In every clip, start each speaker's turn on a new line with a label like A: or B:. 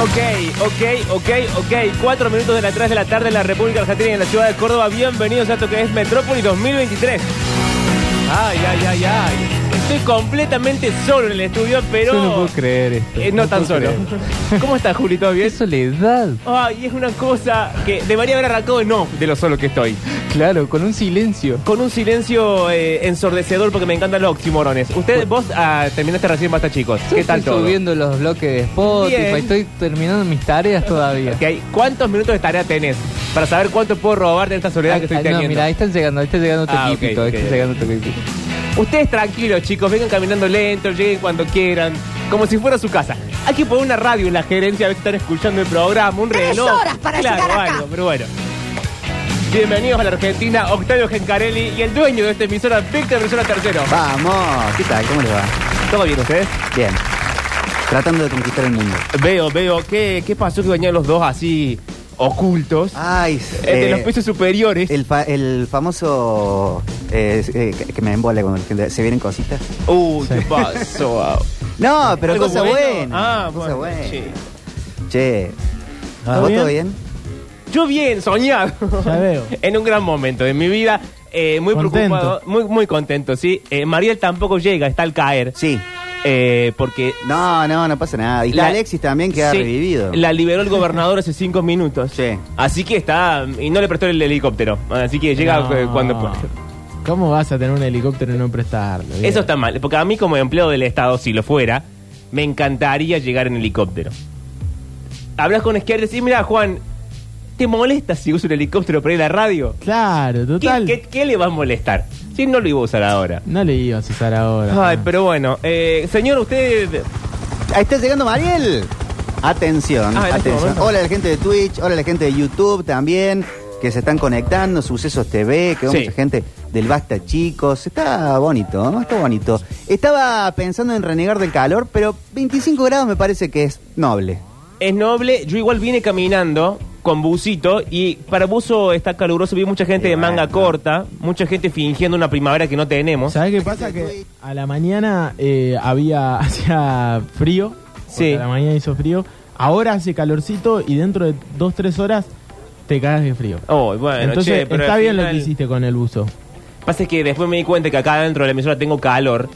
A: Ok, ok, ok, ok. Cuatro minutos de las 3 de la tarde en la República Argentina y en la ciudad de Córdoba. Bienvenidos a esto que es Metrópolis 2023. Ay, ay, ay, ay. Estoy completamente solo en el estudio, pero.
B: Yo no puedo creer esto.
A: Eh, no, tan
B: puedo
A: solo.
B: creer.
A: ¿Cómo estás, Juli? ¿Todo
B: ¡Qué
A: bien?
B: soledad!
A: Ay, es una cosa que debería haber arrancado en off de lo solo que estoy.
B: Claro, con un silencio.
A: Con un silencio eh, ensordecedor porque me encantan los oximorones. Usted, vos ah, terminaste recién Basta Chicos.
B: Yo
A: ¿Qué tal
B: estoy
A: todo?
B: subiendo los bloques de Spotify,
A: Bien.
B: estoy terminando mis tareas todavía.
A: Ok, ¿Cuántos minutos de tarea tenés? Para saber cuánto puedo robar de esta soledad
B: Ah,
A: que estoy
B: ah, no,
A: teniendo.
B: mira, ahí están llegando, ahí está llegando tu
A: Ah, ok,
B: equipito, ahí
A: ok,
B: está
A: ok.
B: llegando este tu equipito.
A: Ustedes tranquilos, chicos, vengan caminando lento, lleguen cuando quieran, como si fuera su casa. Hay que poner una radio en la gerencia, a ver si están escuchando el programa, un
C: Tres
A: reloj.
C: horas para
A: claro,
C: llegar acá.
A: algo, pero bueno. Bienvenidos a la Argentina, Octavio Gencarelli y el dueño de esta emisora, Víctor Rizzola Tercero.
D: Vamos, ¿qué tal? ¿Cómo les va?
A: ¿Todo bien ustedes?
D: Bien. Tratando de conquistar el mundo.
A: Veo, veo. ¿Qué, qué pasó que venían los dos así ocultos?
D: Ay,
A: Eh, de
D: eh,
A: los pisos superiores.
D: el, fa- el famoso eh, eh, que- que me embola cuando la gente- se vienen cositas.
A: Uy, uh, ¿qué pasó?
D: No, pero
A: ¿Algo
D: cosa
A: bueno? Ah,
D: buena. cosa
A: bueno,
D: buena.
A: sí.
D: Che,
A: Ah,
D: ¿vos
A: ¿bien?
D: todo bien?
A: Yo bien, soñado.
E: Ya veo.
A: en un gran momento de mi vida. eh, muy
E: Contento.
A: preocupado, muy, muy contento, sí. Eh, Mariel tampoco llega, está al caer.
D: Sí.
A: Eh, porque.
D: No, no, no pasa nada. Y está Alexis también que ha
A: sí,
D: revivido.
A: La liberó el gobernador hace cinco minutos.
D: Sí.
A: Así que está. Y no le prestó el helicóptero. Así que llega
E: No.
A: eh, cuando puede.
E: ¿Cómo vas a tener un helicóptero y no prestarlo? Bien.
A: Eso está mal. Porque a mí, como empleado del Estado, si lo fuera, me encantaría llegar en helicóptero. Hablas con izquierda y decís, mira, Juan, ¿te molesta si uso un helicóptero para ir a la radio?
E: Claro,
A: ¿Qué,
E: total.
A: qué- qué le va a molestar? Si no lo iba a usar ahora.
E: No le ibas a usar ahora.
A: Ay,
E: no.
A: pero bueno. eh, señor, usted...
D: Ahí está llegando Mariel. Atención,
A: Ah, en este
D: atención.
A: momento.
D: hola a la gente de Twitch, hola a la gente de YouTube también, que se están conectando, Sucesos TV, que
A: Sí.
D: mucha gente del Basta Chicos. Está bonito, ¿no? Está bonito. Estaba pensando en renegar del calor, pero 25 grados me parece que es noble.
A: Es noble. Yo igual vine caminando con busito y para buzo está caluroso. Vi mucha gente de manga corta, mucha gente fingiendo una primavera que no tenemos.
E: ¿Sabes qué pasa? Que a la mañana eh, había hacía frío.
A: Sí.
E: Sí. A la mañana hizo frío. Ahora hace calorcito y dentro de dos, tres horas te cagas de frío.
A: Oh, bueno,
E: Entonces
A: che, pero
E: está
A: al
E: bien lo
A: final-
E: que hiciste con el buzo.
A: Pasa que después me di cuenta que acá dentro de la emisora tengo calor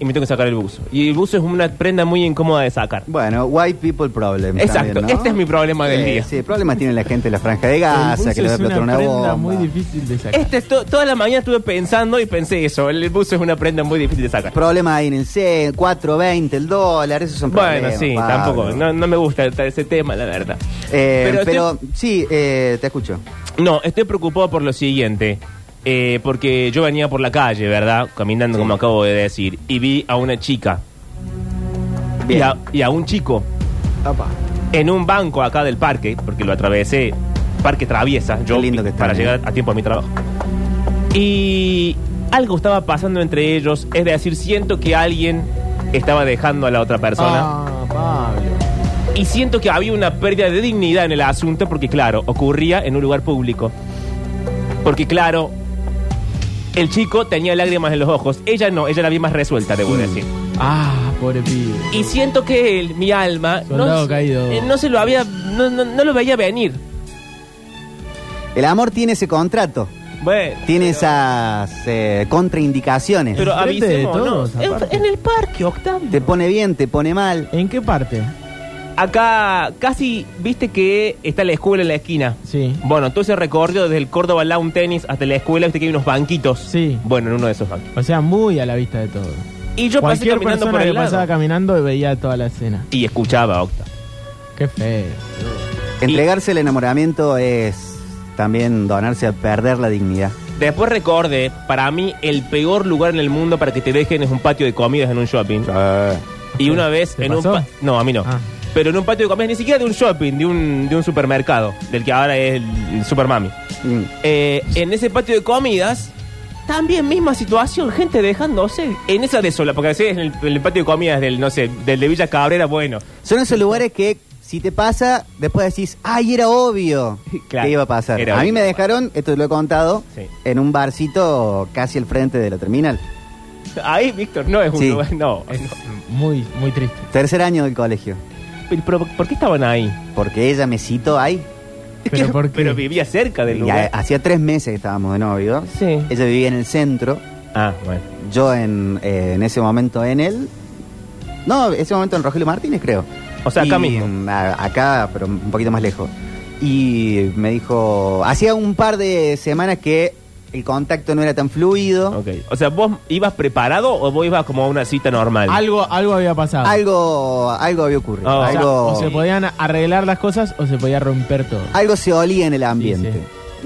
A: y me tengo que sacar el buzo. Y el buzo es una prenda muy incómoda de sacar.
D: Bueno, white people problem.
A: Exacto,
D: también, ¿no?
A: este es mi problema del
D: Sí,
A: día.
D: Sí, problemas tiene la gente de la franja de
E: el buzo
D: Gaza, Ah, que le va a
E: es una
D: explotar una,
E: prenda
D: bomba.
E: muy difícil de sacar.
A: Este, es to- toda la mañana estuve pensando y pensé eso. El buzo es una prenda muy difícil de sacar.
D: Problemas ahí en el C, 4.20 el dólar, esos son
A: Bueno,
D: problemas.
A: sí,
D: Pablo.
A: tampoco. No, no me gusta esta- ese tema, la verdad.
D: Eh,
A: Pero
D: pero
A: estoy-
D: sí, eh, te escucho.
A: No, estoy preocupado por lo siguiente. Eh, porque yo venía por la calle, ¿verdad? Caminando, como acabo de decir. Y vi a una chica. Y
D: Bien.
A: a, y a un chico. En un banco acá del parque, porque lo atravesé. Parque Traviesa. Yo,
D: lindo que está,
A: para
D: ¿no?
A: llegar a tiempo a mi trabajo. Y algo estaba pasando entre ellos. Es decir, siento que alguien estaba dejando a la otra persona.
E: Ah, Pablo.
A: Y siento que había una pérdida de dignidad en el asunto porque, claro, ocurría en un lugar público. Porque, claro, el chico tenía lágrimas en los ojos. Ella no, ella la vi más resuelta,
D: Mm.
A: debo decir.
E: Ah, pobre pibe.
A: Y siento que él, mi alma,
E: Soldado
A: se-
E: caído.
A: eh, no se lo había, no, no- no lo veía venir.
D: El amor tiene ese contrato,
A: Bueno,
D: tiene esas eh, contraindicaciones.
A: pero
E: Enfrente de
A: avisémonos.
E: todos, aparte.
A: En, en el parque, Octavio.
D: Te pone bien, te pone mal.
E: ¿En qué parte?
A: Acá casi, viste que está la escuela en la esquina.
E: Sí.
A: Bueno, todo ese recorrido desde el Córdoba Lawn Tennis hasta la escuela, viste que hay unos banquitos.
E: Sí.
A: Bueno, en uno de esos banquitos.
E: O sea, muy a la vista de todo.
A: Y yo pasé
E: Cualquier
A: caminando
E: persona
A: por
E: que
A: el lado.
E: pasaba caminando veía toda la escena.
A: Y escuchaba, Octa.
E: Qué feo.
D: Entregarse al enamoramiento es también donarse a perder la dignidad.
A: Después recordé, para mí, el peor lugar en el mundo para que te dejen es un patio de comidas en un shopping. Y una vez
E: ¿Te
A: en
E: pasó?
A: un... pa- No, a mí no.
E: Ah.
A: Pero en un patio de comidas, ni siquiera de un shopping, de un, de un supermercado, del que ahora es el, el Supermami.
D: Mm.
A: Eh, en ese patio de comidas, también misma situación, gente dejándose en esa desola, porque a veces en el, en el patio de comidas del, no sé, del de Villa Cabrera, bueno,
D: Son esos lugares que si te pasa, después decís, ay, era obvio
A: Claro,
D: que iba a pasar.
A: era
D: A mí
A: obvio.
D: me dejaron, esto lo he contado,
A: Sí.
D: en un barcito casi al frente de la terminal.
A: ahí, Víctor, no es un
D: Sí.
A: lugar, no.
E: Es muy, muy triste.
D: Tercer año del colegio.
A: pero ¿por qué estaban ahí?
D: Porque ella me citó ahí.
E: Pero ¿por qué?
A: Pero vivía cerca del
D: Y ah,
A: lugar.
D: a- hacía tres meses que estábamos de novio.
A: Sí.
D: Ella vivía en el centro.
A: Ah, bueno.
D: Yo en, eh, en ese momento en el. No, ese momento en Rogelio Martínez, creo.
A: O sea, acá
D: Y,
A: mismo.
D: mm, a- acá, pero un poquito más lejos. Y me dijo. Hacía un par de semanas que el contacto no era tan fluido.
A: Ok. O sea, ¿vos ibas preparado o vos ibas como a una cita normal?
E: Algo, algo había pasado.
D: Algo, algo había ocurrido.
A: Ah,
E: O, sea,
D: algo,
E: o se podían arreglar las cosas o se podía romper todo.
A: Ah, eh.
D: algo se olía en el ambiente.
E: Sí,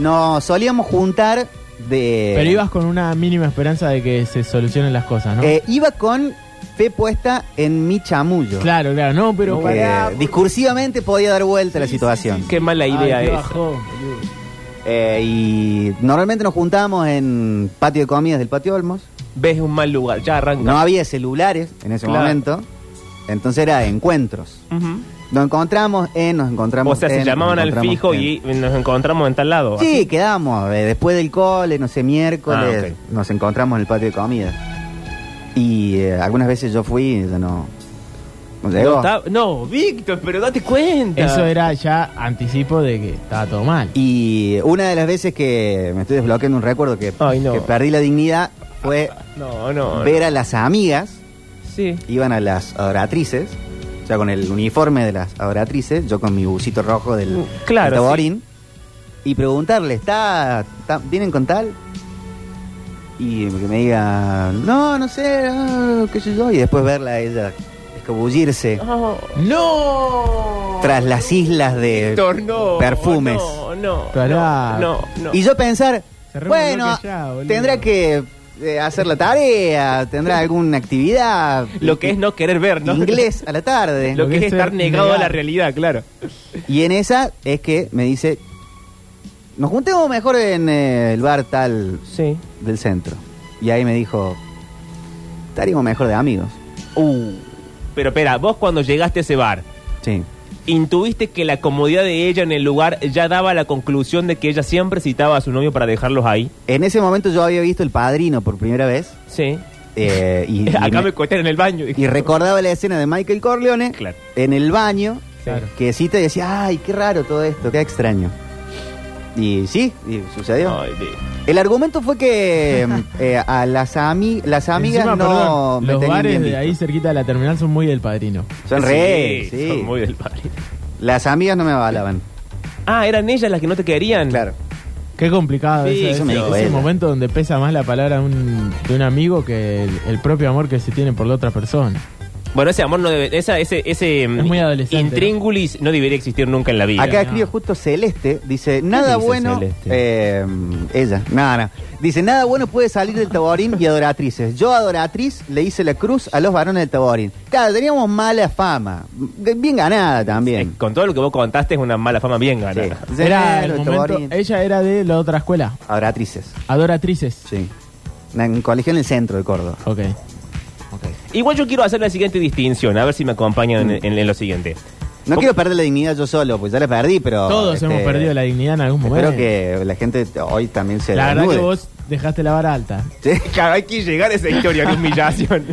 D: Nos solíamos juntar de.
E: Pero ibas con una mínima esperanza de que se solucionen las cosas, ¿no?
D: Eh, iba con fe puesta en mi chamullo.
E: claro, claro, no, pero
D: Eh,
E: pará,
D: discursivamente podía dar vuelta a la situación.
A: Qué mala
E: Ay,
A: idea
E: qué
A: es.
E: bajón, boludo.
D: Eh, y normalmente nos juntábamos en patio de comidas del patio Olmos.
A: Ves un mal lugar, ya arranca.
D: No había celulares en ese
A: Claro.
D: momento. Entonces era encuentros.
A: Ujú.
D: Nos encontramos en, nos encontramos
A: O sea, se
D: en,
A: llamaban
D: nos
A: al
D: encontramos
A: fijo
D: en.
A: y nos encontramos en tal lado.
D: Sí, quedamos. eh, después del cole, no sé, miércoles,
A: Ah,
D: nos encontramos en el patio de comidas. Y eh, algunas veces yo fui y ella no... No
A: No,
D: llegó.
A: está- no, Víctor, pero date cuenta.
E: Eso era ya anticipo de que estaba todo mal.
D: Y una de las veces que me estoy desbloqueando un recuerdo que,
A: Ay, no.
D: que perdí la dignidad fue
A: No, no. no.
D: ver a las amigas,
A: Sí.
D: iban a las adoratrices, ya con el uniforme de las adoratrices, yo con mi bucito rojo del,
A: Mm, claro,
D: del taborín, y preguntarle, ¿está, está- ¿vienen con tal? Y que me diga, no, no sé, ah, qué sé yo, y después verla a ella escabullirse
A: Oh,
E: ¡No!
D: tras las islas de...
A: Víctor, no.
D: perfumes.
A: No, no.
E: Pará.
A: No, no.
D: Y yo pensar,
E: Se re
D: bueno,
E: mandó que ya, boludo.
D: tendrá que eh, hacer la tarea, tendrá alguna actividad.
A: Lo que es no querer ver, ¿no?
D: Inglés a la tarde.
A: Lo que es
E: Lo que es
A: estar
E: ser
A: negado a la
E: negado.
A: realidad, claro.
D: Y en esa es que me dice, nos juntemos mejor en eh, el bar tal
A: Sí.
D: del centro. Y ahí me dijo, estaríamos mejor de amigos.
A: Uh. Pero espera, vos cuando llegaste a ese bar,
D: Sí.
A: ¿Intuiste que la comodidad de ella en el lugar ya daba la conclusión de que ella siempre citaba a su novio para dejarlos ahí?
D: En ese momento yo había visto El Padrino por primera vez.
A: Sí.
D: eh, y, y
A: Acá
D: me-
A: me cuestan en el baño. dije.
D: y recordaba la escena de Michael Corleone
A: Claro.
D: en el baño
E: Claro.
D: que cita y decía, ay, qué raro todo esto, qué extraño. Y sí, y sucedió.
E: eh.
A: Ay, de-
D: El argumento fue que mm, eh, a las, ami- las amigas
E: Encima,
D: no
E: perdón,
D: me
E: los
D: tenían
E: bares
D: bien
E: de ahí
D: visto.
E: cerquita de la terminal son muy del padrino.
D: Son re, sí.
A: son muy del padre.
D: Las amigas no me avalaban.
A: Ah, eran ellas las que no te querían.
E: Qué complicado
A: Sí,
E: ese,
A: eso
D: me
E: ese-
D: dijo
E: ese
D: ella.
E: momento donde pesa más la palabra de un- de un amigo que el, el propio amor que se tiene por la otra persona.
A: Bueno, ese amor no debe. Esa, ese, ese. mm,
E: muy adolescente,
A: Intríngulis no debería existir nunca en la vida.
D: Acá
E: no.
D: escribe justo Celeste, dice, nada
A: dice
D: bueno...
A: Celeste?
D: eh, ella, nada, nada. Dice, nada bueno puede salir del taborín y adoratrices. Yo, adoratriz, le hice la cruz a los varones del taborín. Claro, teníamos mala fama. Bien ganada
A: Eh,
D: también.
A: con todo lo que vos contaste es una mala fama bien ganada.
D: Sí.
E: Era
D: Llanero,
E: el momento, e-
D: Taborín.
E: ella era de la otra escuela,
D: Adoratrices,
E: adoratrices.
D: sí. En un colegio en el centro de Córdoba.
E: Ok.
A: Igual yo quiero hacer la siguiente distinción, a ver si me acompañan en, en- en lo siguiente.
D: No quiero perder la dignidad yo solo, pues ya la perdí, pero...
E: Todos
D: este,
E: hemos perdido la dignidad en algún momento.
D: Espero que la gente hoy también se
E: la verdad
D: desnude.
E: que vos dejaste la vara alta.
D: Sí.
A: Hay que llegar a esa historia, qué humillación.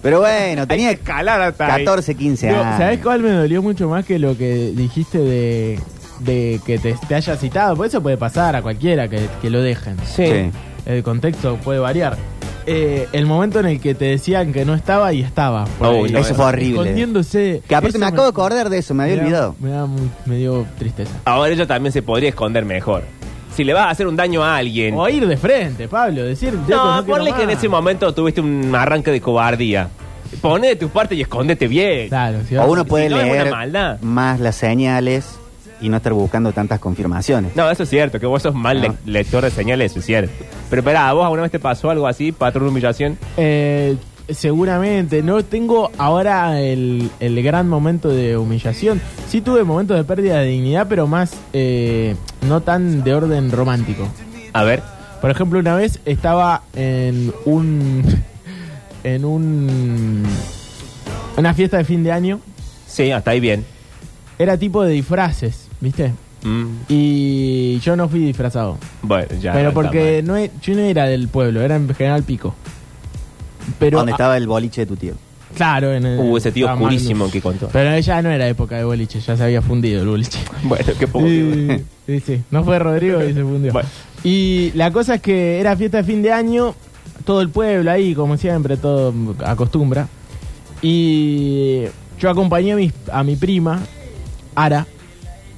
D: Pero bueno, tenía
A: Escalar hasta ahí.
D: 14, 15
E: Digo,
D: años.
E: ¿Sabés cuál me dolió mucho más que lo que dijiste de, de que te, te haya citado? Por eso puede pasar a cualquiera que, que lo dejen.
D: Sí.
E: El contexto puede variar. Eh, el momento en el que te decían que no estaba y estaba. por
A: Oh,
E: ahí.
A: no,
D: eso fue horrible.
E: Escondiéndose.
D: Que aparte
E: Eso
D: me acabo de acordar de eso, me había
E: da-
D: olvidado.
E: Me, da mu- me dio tristeza.
A: Ahora ella también se podría esconder mejor. Si le vas a hacer un daño a alguien.
E: O ir de frente, Pablo, decir. "Loco,
A: no,
E: quiero
A: ponle que en
E: más".
A: ese momento tuviste un arranque de cobardía. Poné de tu parte y escóndete bien.
E: Claro, si
D: O
E: vas-
D: uno puede
A: no, es una
D: leer
A: maldad.
D: más las señales y no estar buscando tantas confirmaciones.
A: No, eso es cierto, que vos sos mal
D: No.
E: Ah.
A: le- lector de señales, eso es cierto. Pero espera, ¿a vos alguna vez te pasó algo así, patrón de humillación?
E: Eh, seguramente, no tengo ahora el, el gran momento de humillación. Sí tuve momentos de pérdida de dignidad, pero más eh, no tan de orden romántico.
A: A ver.
E: Por ejemplo, una vez estaba en un. en un. una fiesta de fin de año.
A: Sí, hasta ahí bien.
E: Era tipo de disfraces, ¿viste?
A: Mm,
E: Y yo no fui disfrazado.
A: bueno, ya.
E: pero
A: está
E: porque no, e- yo no era del pueblo, era en general pico. Pero
D: ¿Dónde estaba el boliche de tu tío?
E: Claro, en el.
A: Uh, ese tío
E: estaba
A: oscurísimo
E: Magnus.
A: que contó.
E: Pero ya no era época de boliche, ya se había fundido el boliche.
A: Bueno, qué poco. que-
E: Sí, sí, sí. No fue Rodrigo y se fundió.
A: Bueno.
E: Y la cosa es que era fiesta de fin de año, todo el pueblo ahí, como siempre, todo acostumbra. Y yo acompañé a mi, a mi prima, Ara,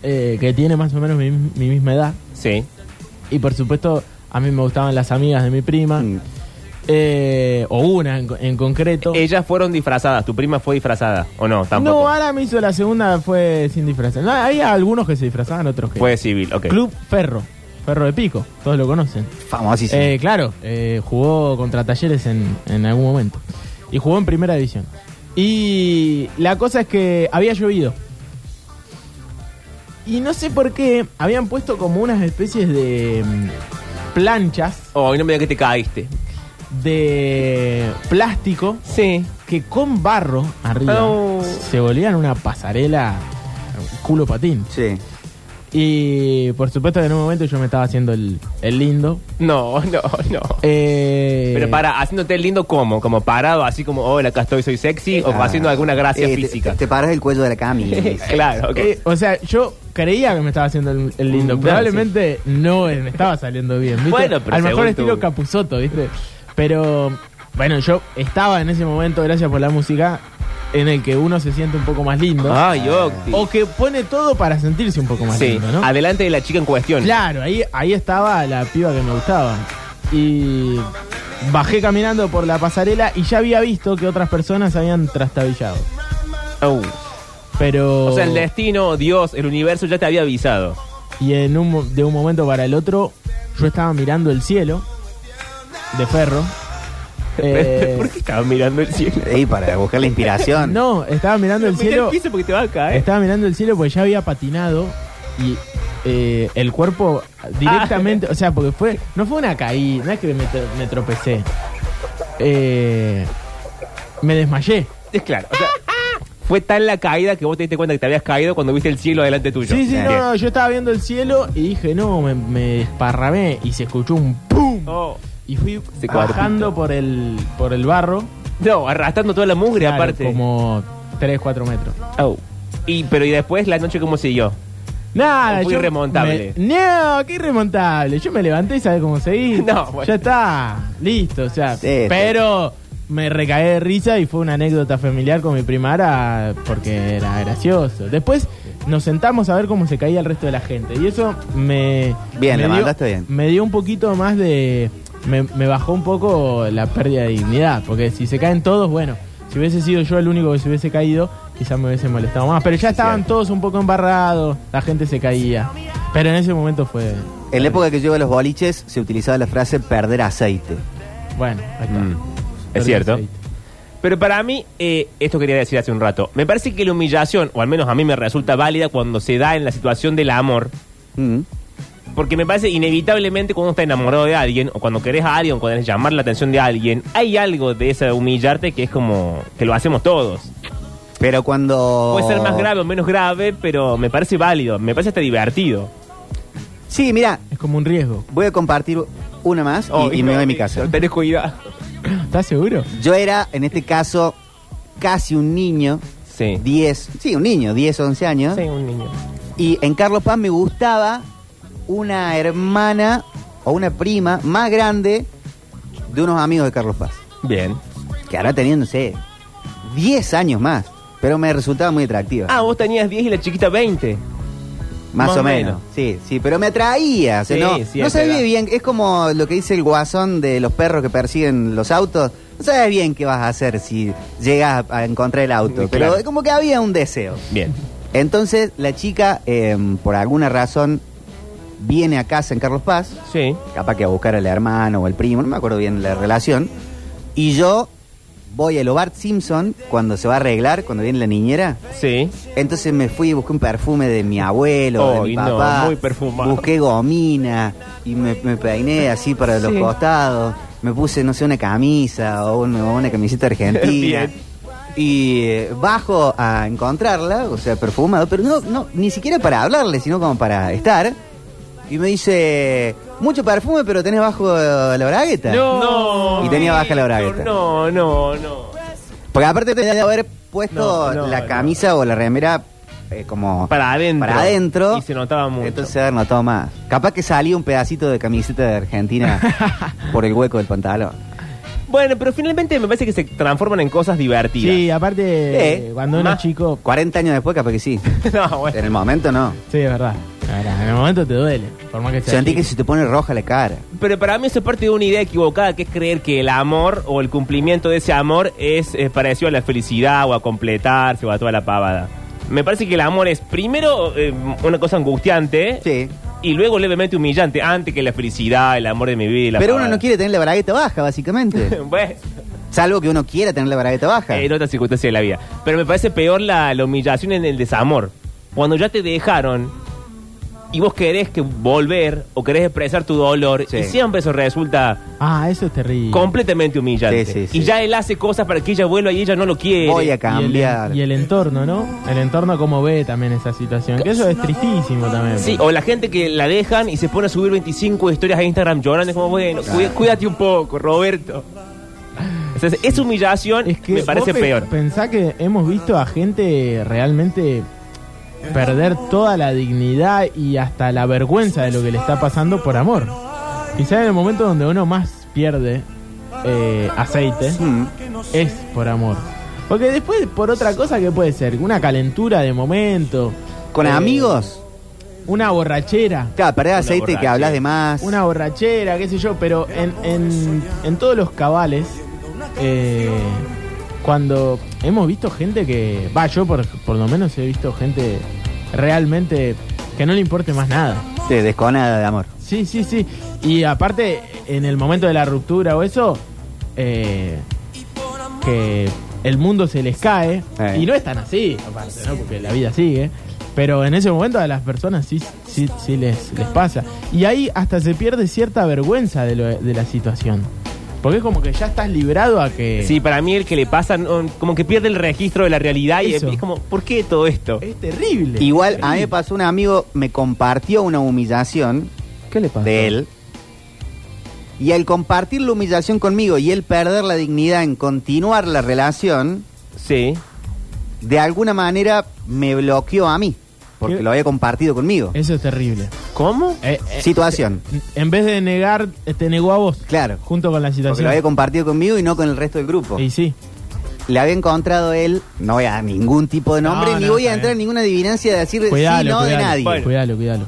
E: eh, que tiene más o menos mi, mi misma edad.
A: Sí.
E: Y por supuesto, a mí me gustaban las amigas de mi prima,
D: Mm.
E: eh, o una en, en concreto.
A: Ellas fueron disfrazadas, tu prima fue disfrazada, ¿o no? Tampoco.
E: no, Ara me hizo la segunda, fue sin disfrazar. No, había algunos que se disfrazaban, otros que.
A: fue civil, ok.
E: Club Ferro, Ferro de Pico, todos lo conocen.
D: Famosísimo.
E: Eh, claro, eh, jugó contra Talleres en, en algún momento. Y jugó en primera división. Y la cosa es que había llovido. Y no sé por qué habían puesto como unas especies de mm, planchas
A: Oh, y no me digas que te caíste.
E: de plástico
A: Sí.
E: que con barro arriba
A: Oh.
E: se volvían una pasarela culo patín.
D: sí.
E: Y por supuesto que en un momento yo me estaba haciendo el, el lindo.
A: No, no, no.
E: Eh,
A: Pero para, haciéndote lindo como, como parado, así como, hola, acá estoy, soy sexy, o
D: Ah.
A: haciendo alguna gracia
D: Eh, te-
A: física.
D: Te, paras el cuello de la cama. y-
A: claro, ok.
E: Eh, o sea, yo creía que me estaba haciendo el, el lindo.
A: Mm,
E: Probablemente no eh, me estaba saliendo bien. ¿viste?
A: Bueno, pero
E: Al mejor
A: según
E: estilo
A: tú.
E: Capuzoto, ¿viste? Pero bueno, yo estaba en ese momento, gracias por la música, en el que uno se siente un poco más lindo.
A: Ay, Octi.
E: O que pone todo para sentirse un poco Ah, más
A: Sí,
E: lindo, ¿no?
A: adelante de la chica en cuestión.
E: Claro, ahí, ahí estaba la piba que me gustaba. Y bajé caminando por la pasarela y ya había visto que otras personas habían trastabillado.
A: Oh.
E: Pero.
A: O sea, el destino, Dios, el universo ya te había avisado.
E: Y en un, mo- de un momento para el otro, yo estaba mirando el cielo de ferro. Eh,
A: ¿Por qué estabas mirando el cielo?
D: Ey, para buscar la inspiración.
E: no, estaba mirando el
A: Mira
E: cielo.
A: piso porque te va a caer.
E: Estaba mirando el cielo porque ya había patinado y eh, el cuerpo directamente,
A: Ah.
E: o sea, porque fue no fue una caída, no es que me, tro- me tropecé. Eh, me desmayé.
A: Es claro. O sea, fue tan la caída que vos te diste cuenta que te habías caído cuando viste el cielo delante tuyo.
E: Sí, sí,
A: Bien.
E: no, no, yo estaba viendo el cielo y dije, no, me, me desparramé y se escuchó un pum.
A: Oh.
E: Y fui
A: Ese
E: bajando por el, por el barro.
A: No, arrastrando toda la mugre
E: Claro,
A: aparte.
E: Como 3, 4 metros.
A: Oh. Y, pero, ¿y después la noche cómo siguió?
E: Nada,
A: Muy
E: yo
A: irremontable.
E: me- no, qué irremontable. Yo me levanté y sabes cómo seguí.
A: No, bueno.
E: Ya está, listo, o sea.
D: Sí,
E: pero me recaí de risa y fue una anécdota familiar con mi primara porque era gracioso. Después nos sentamos a ver cómo se caía el resto de la gente. Y eso me.
D: Bien,
E: me
D: la
E: dio-
D: mandaste bien.
E: Me dio un poquito más de. Me, me bajó un poco la pérdida de dignidad. Porque si se caen todos, bueno. Si hubiese sido yo el único que se hubiese caído, quizás me hubiese molestado más. Pero ya estaban
D: cierto.
E: todos un poco embarrados, la gente se caía. Pero en ese momento fue.
D: En la época que yo iba a los boliches se utilizaba la frase perder aceite.
E: Bueno, ahí está.
A: Mm.
E: Pero
A: Es cierto.
E: ahí.
A: Pero para mí, eh, esto quería decir hace un rato, me parece que la humillación, o al menos a mí me resulta válida cuando se da en la situación del amor,
D: Mm.
A: porque me parece inevitablemente cuando uno está enamorado de alguien, o cuando querés a alguien, o cuando querés llamar la atención de alguien, hay algo de ese humillarte que es como que lo hacemos todos.
D: Pero cuando.
A: Puede ser más grave o menos grave, pero me parece válido, me parece hasta divertido.
D: Sí, mira,
E: Es como un riesgo.
D: voy a compartir una más y- y, me voy a
A: eh,
D: mi casa.
A: Tenés cuidado.
E: ¿Estás seguro?
D: Yo era, en este caso, casi un niño,
A: Sí.
D: 10, sí, un niño, 10, 11 años.
A: Sí, un niño.
D: Y en Carlos Paz me gustaba una hermana o una prima más grande de unos amigos de Carlos Paz.
A: Bien.
D: Que ahora tenían, no sé, 10 años más. Pero me resultaba muy atractiva.
A: Ah, vos tenías 10 y la chiquita 20.
D: Más,
A: Más
D: o
A: o
D: menos.
A: menos.
D: Sí, sí, pero me atraía. o sea,
A: Sí,
D: no,
A: sí,
D: no
A: es
D: sabía
A: verdad.
D: bien. Es como lo que dice el guasón de los perros que persiguen los autos. No sabes bien qué vas a hacer si llegas a a encontrar el auto.
A: Claro.
D: Pero es como que había un deseo.
A: Bien.
D: Entonces, la chica, eh, por alguna razón, viene a casa en Carlos Paz.
A: Sí.
D: Capaz que a buscar al hermano o al primo, no me acuerdo bien la relación. Y yo voy a lo Bart Simpson cuando se va a arreglar, cuando viene la niñera.
A: Sí.
D: Entonces me fui y busqué un perfume de mi abuelo, de
A: Oh,
D: mi
A: y no,
D: papá.
A: muy perfumado.
D: Busqué gomina y me, me peiné así para los
A: Sí.
D: costados. Me puse, no sé, una camisa o un- o una camiseta argentina.
A: Bien.
D: y eh, bajo a encontrarla, o sea, perfumado, pero no, no, ni siquiera para hablarle, sino como para estar. Y me dice, mucho perfume, pero tenés bajo eh, la bragueta.
A: No.
D: Y tenía baja la bragueta.
A: No, no, no.
D: Porque aparte tenía que haber puesto
A: No, no,
D: la
A: no.
D: camisa o la remera eh, como
A: Para adentro.
D: para adentro.
A: Y se notaba mucho.
D: Entonces haber notado más. Capaz que salía un pedacito de camiseta de Argentina por el hueco del pantalón.
A: Bueno, pero finalmente me parece que se transforman en cosas divertidas.
E: Sí, aparte,
D: Eh,
E: cuando era
A: más-
E: chico.
D: 40 años después, capaz que sí.
A: no, bueno.
D: En el momento no.
E: Sí, es verdad. La verdad, En el momento te duele. Por más que sea
D: Sentí que
E: chico.
D: se te pone roja la cara.
A: Pero para mí eso es parte de una idea equivocada, que es creer que el amor o el cumplimiento de ese amor es eh, parecido a la felicidad o a completarse o a toda la pavada. Me parece que el amor es primero eh, una cosa angustiante
D: Sí.
A: y luego levemente humillante, antes que la felicidad, el amor de mi vida. y la
D: Pero uno
A: pavada.
D: no quiere tener la bragueta baja, básicamente.
A: bueno,
D: Salvo que uno quiera tener la bragueta baja.
A: en otras circunstancias de la vida. Pero me parece peor la, la humillación en el desamor. Cuando ya te dejaron y vos querés que volver o querés expresar tu dolor
D: Sí.
A: y siempre eso resulta...
E: Ah, eso es terrible.
A: completamente humillante.
D: Sí, sí, sí.
A: Y ya él hace cosas para que ella vuelva y ella no lo quiere.
D: Voy a
E: Y el-
D: cambiar.
E: Y el, entorno, ¿no? El entorno como ve también esa situación. Que eso es tristísimo también.
A: Sí, o la gente que la dejan y se pone a subir 25 historias a Instagram llorando. Es como, bueno, cuí- cuídate un poco, Roberto. Entonces, esa humillación
E: Es que
A: me parece
E: vos pe-
A: peor.
E: Pensá que hemos visto a gente realmente perder toda la dignidad y hasta la vergüenza de lo que le está pasando por amor. Quizá en el momento donde uno más pierde eh, aceite
D: Mm.
E: es por amor. Porque después, por otra cosa que puede ser, una calentura de momento,
D: Con
E: Eh,
D: amigos,
E: una borrachera.
D: claro, perder aceite y que
A: borracha.
D: hablas de más.
E: una borrachera, qué sé yo, pero en, en, en todos los cabales, eh, cuando hemos visto gente que, va, yo por, por lo menos he visto gente realmente que no le importe más nada.
D: Te desconada de amor.
E: Sí, sí, sí. Y aparte, en el momento de la ruptura o eso, eh, que el mundo se les cae.
D: Eh.
E: Y no es tan así, aparte, ¿no? Porque la vida sigue. Pero en ese momento a las personas sí, sí, sí les, les pasa. Y ahí hasta se pierde cierta vergüenza de, lo- de la situación. Porque es como que ya estás librado a que...
A: Sí, para mí el que le pasa, no, como que pierde el registro de la realidad y es,
E: Eso.
A: es como, ¿por qué todo esto?
E: Es terrible.
D: Igual a mí me pasó un amigo, me compartió una humillación
B: ¿Qué le pasa?
D: de él. Y al compartir la humillación conmigo y él perder la dignidad en continuar la relación,
A: Sí.
D: de alguna manera me bloqueó a mí, porque
E: ¿Qué?
D: lo había compartido conmigo.
E: Eso es terrible.
A: ¿Cómo?
E: Eh, eh,
D: Situación,
E: en vez de negar, eh, te negó a vos.
D: claro.
E: Junto con la
D: Porque
E: situación.
D: lo había compartido conmigo y no con el resto del grupo.
E: Y eh, sí.
D: Le había encontrado él, no voy a dar ningún tipo de nombre,
E: No,
D: ni
E: no,
D: voy a
E: está
D: entrar en
E: bien.
D: ninguna adivinancia de decir sí, no de nadie.
A: Bueno.
E: Cuidalo, cuidalo.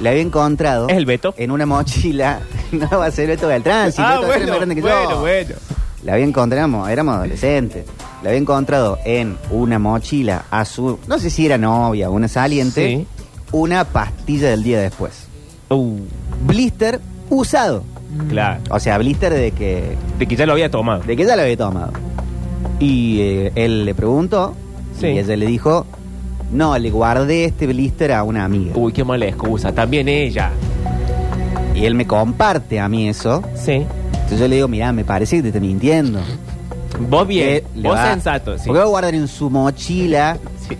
D: Le había encontrado
A: ¿Es el Beto?
D: en una mochila, no va a ser Beto Beltrán, si
A: ah,
D: Beto Beltrán
A: bueno,
D: es más grande que yo.
A: bueno, bueno.
D: La había encontrado, éramos adolescentes. La había encontrado en una mochila a su, no sé si era novia o una saliente,
A: Sí.
D: una pastilla del día después.
A: Uh,
D: Blister usado.
A: claro.
D: O sea, blister de que,
A: De que ya lo había tomado.
D: de que ya lo había tomado. Y eh, él le preguntó
A: Sí.
D: y ella le dijo, no, le guardé este blister a una amiga.
A: Uy, qué mala excusa. También ella.
D: Y él me comparte a mí eso.
A: Sí.
D: Entonces yo le digo, mirá, me parece que te está mintiendo.
A: Vos bien,
D: Eh, le
A: vos
D: va-
A: sensato. Sí.
D: Porque va a guardar en su mochila
A: Sí.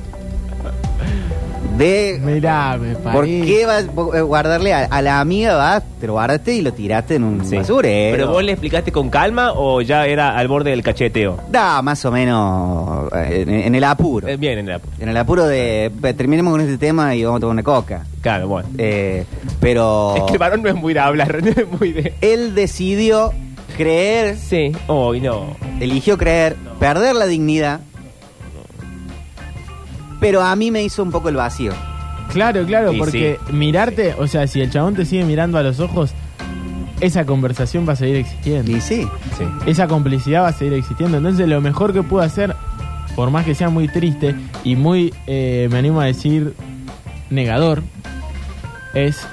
D: de
E: Mirá, me parece.
D: Eh, ¿Por qué vas a guardarle a, a la amiga? Vas, te lo guardaste y lo tiraste en un
A: Sí.
D: basurero.
A: ¿Pero vos le explicaste con calma o ya era al borde del cacheteo?
D: Da, más o menos eh, en, en el apuro.
A: Eh, bien, en la-
D: En el apuro de "Ve, terminemos con este tema y vamos a tomar una coca.
A: Claro, bueno.
D: Eh, pero
A: Es que el varón no es muy de hablar, no es muy de...
D: él decidió creer,
A: Sí. Hoy no.
D: eligió creer, perder la dignidad. Pero a mí me hizo un poco el vacío.
E: Claro, claro,
A: Y
E: porque mirarte, o sea, si el chabón te sigue mirando a los ojos, esa conversación va a seguir existiendo.
D: Y sí,
A: Sí.
E: Esa complicidad va a seguir existiendo. Entonces, lo mejor que puedo hacer, por más que sea muy triste y muy, eh, me animo a decir, negador, es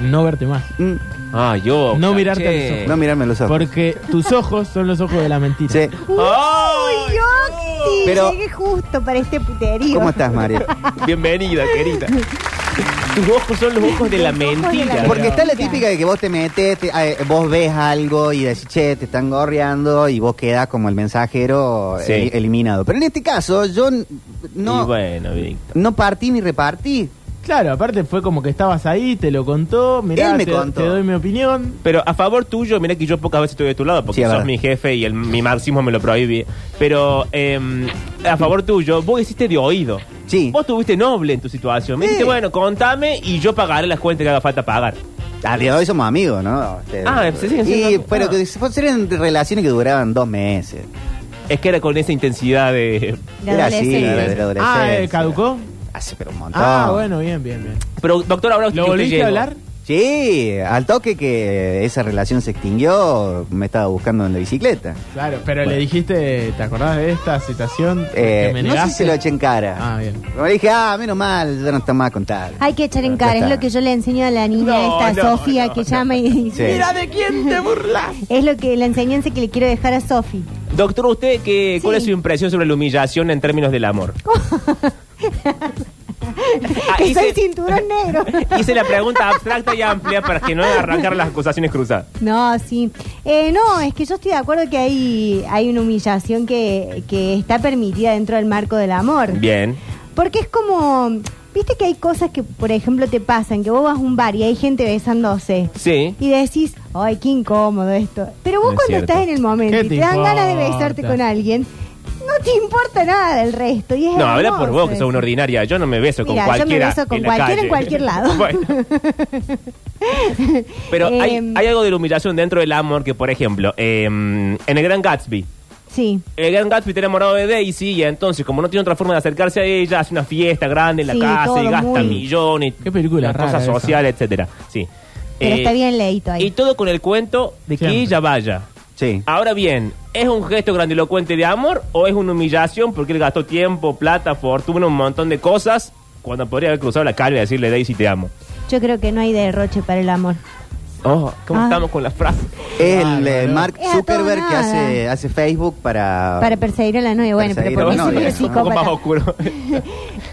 E: no verte más.
D: Mm,
A: Ah, yo.
E: No mirarte
A: caché.
E: a los
D: no mirarme los ojos.
E: Porque tus ojos son los ojos de la mentira.
D: Sí.
A: ¡Ay!
C: ¡Uy, Octi!
D: Pero-
C: Llegué justo para este puterío.
D: ¿Cómo estás, María?
A: Bienvenida, querida. Tus ojos son los ojos de la
C: Los ojos de la
A: mentira.
C: mentira.
D: Porque está la típica de que vos te metes, te- eh, vos ves algo y decís, che, te están gorreando y vos quedás como el mensajero eh,
A: Sí.
D: el- eliminado. Pero en este caso, yo n-
A: Y
D: no,
A: bueno, Víctor.
D: no partí ni repartí.
E: Claro, aparte fue como que estabas ahí, te lo contó, mirá,
D: Él me
E: te,
D: contó.
E: te doy mi opinión.
A: Pero a favor tuyo, mirá que yo pocas veces estuve de tu lado porque
D: Sí, es
A: sos
D: verdad.
A: mi jefe y el, mi marxismo me lo prohíbe. Pero em, a favor tuyo, vos hiciste de oído.
D: Sí.
A: Vos tuviste noble en tu situación. Me
D: Sí.
A: dijiste, bueno, contame y yo pagaré las cuentas que haga falta pagar.
D: A día de hoy somos amigos, ¿no? Este,
A: Ah, se siguen siendo
D: Y,
A: amigos.
D: pero
A: Ah.
D: que se- serían relaciones que duraban dos meses.
A: Es que era con esa intensidad de.
C: La
D: Era así,
C: adolescencia.
D: era de la adolescencia.
E: Ah, eh, ¿caducó?
D: Hace pero un montón.
E: Ah, bueno, bien, bien, bien.
A: Pero, doctor, ahora usted-
E: ¿Lo
A: que usted
E: volviste
A: llegó.
E: a hablar?
D: Sí, al toque que esa relación se extinguió, me estaba buscando en la bicicleta.
E: Claro, pero le dijiste, ¿te acordás de esta situación?
D: Eh,
E: que me
D: no sé si
E: negaste?
D: se lo eché en cara.
E: Ah, bien.
D: Pero dije, ah, menos mal, ya no está más con tal.
C: Hay que echar en cara, es lo que yo le enseño a la niña
A: No,
C: esta,
A: no,
C: Sofía,
A: no,
C: que
A: no.
C: llama y dice,
D: Sí.
E: de quién te burlas?
C: es lo que la enseñanza que le quiero dejar a Sofi.
A: Doctor, ¿usted qué, cuál
C: Sí.
A: es su impresión sobre la humillación en términos del amor? Ah,
C: que soy
A: hice,
C: cinturón negro.
A: hice la pregunta abstracta y amplia para que no arrancar las acusaciones cruzadas.
C: No, sí. Eh, no, es que yo estoy de acuerdo que hay, hay una humillación que, que está permitida dentro del marco del amor.
A: Bien.
C: Porque es como, viste que hay cosas que, por ejemplo, te pasan, que vos vas a un bar y hay gente besándose.
A: Sí.
C: Y decís, ay, qué incómodo esto. Pero vos
A: Es
C: cuando
A: cierto.
C: estás en el momento
E: ¿Qué
C: y
E: te
C: te dan ganas de
E: importa?
C: besarte con alguien, no te importa nada del resto. Y es
A: No, habla por
C: hermoso
A: vos, que sos
C: eso.
A: una ordinaria. Yo no me beso
C: Mira,
A: con
C: yo me
A: cualquiera.
C: beso con
A: la
C: cualquiera
A: calle.
C: en cualquier lado.
A: Bueno. Pero hay,
C: Em.
A: hay algo de la humillación dentro del amor que, por ejemplo, em, en el Gran Gatsby.
C: Sí.
A: El Gran Gatsby está enamorado de Daisy y entonces, como no tiene otra forma de acercarse a ella, hace una fiesta grande en la
C: Sí,
A: casa
C: todo
A: y gasta
C: muy-
A: millones.
E: Qué película rara
A: Cosas
E: esa.
A: sociales, etcétera. Sí.
C: Pero
A: Eh,
C: está bien leíto ahí.
A: Y todo con el cuento de que
E: Siempre.
A: ella vaya.
D: Sí.
A: Ahora bien, ¿es un gesto grandilocuente de amor o es una humillación porque él gastó tiempo, plata, fortuna, un montón de cosas cuando podría haber cruzado la calle y decirle Daisy te amo?
C: Yo creo que no hay derroche para el amor.
A: Oh, ¿cómo
C: Ah.
A: estamos con las frases?
D: Es el
E: Bárbaro.
D: eh, Mark
C: Es a todo
D: Zuckerberg que
C: nada.
D: hace, hace Facebook
A: Ah.
D: para...
C: Para perseguir a la novia. Bueno, pero
D: Perseguir a
C: porque
D: la
C: eso es
D: novia,
C: medio
D: es un
A: un poco más
C: psicópata.
A: oscuro.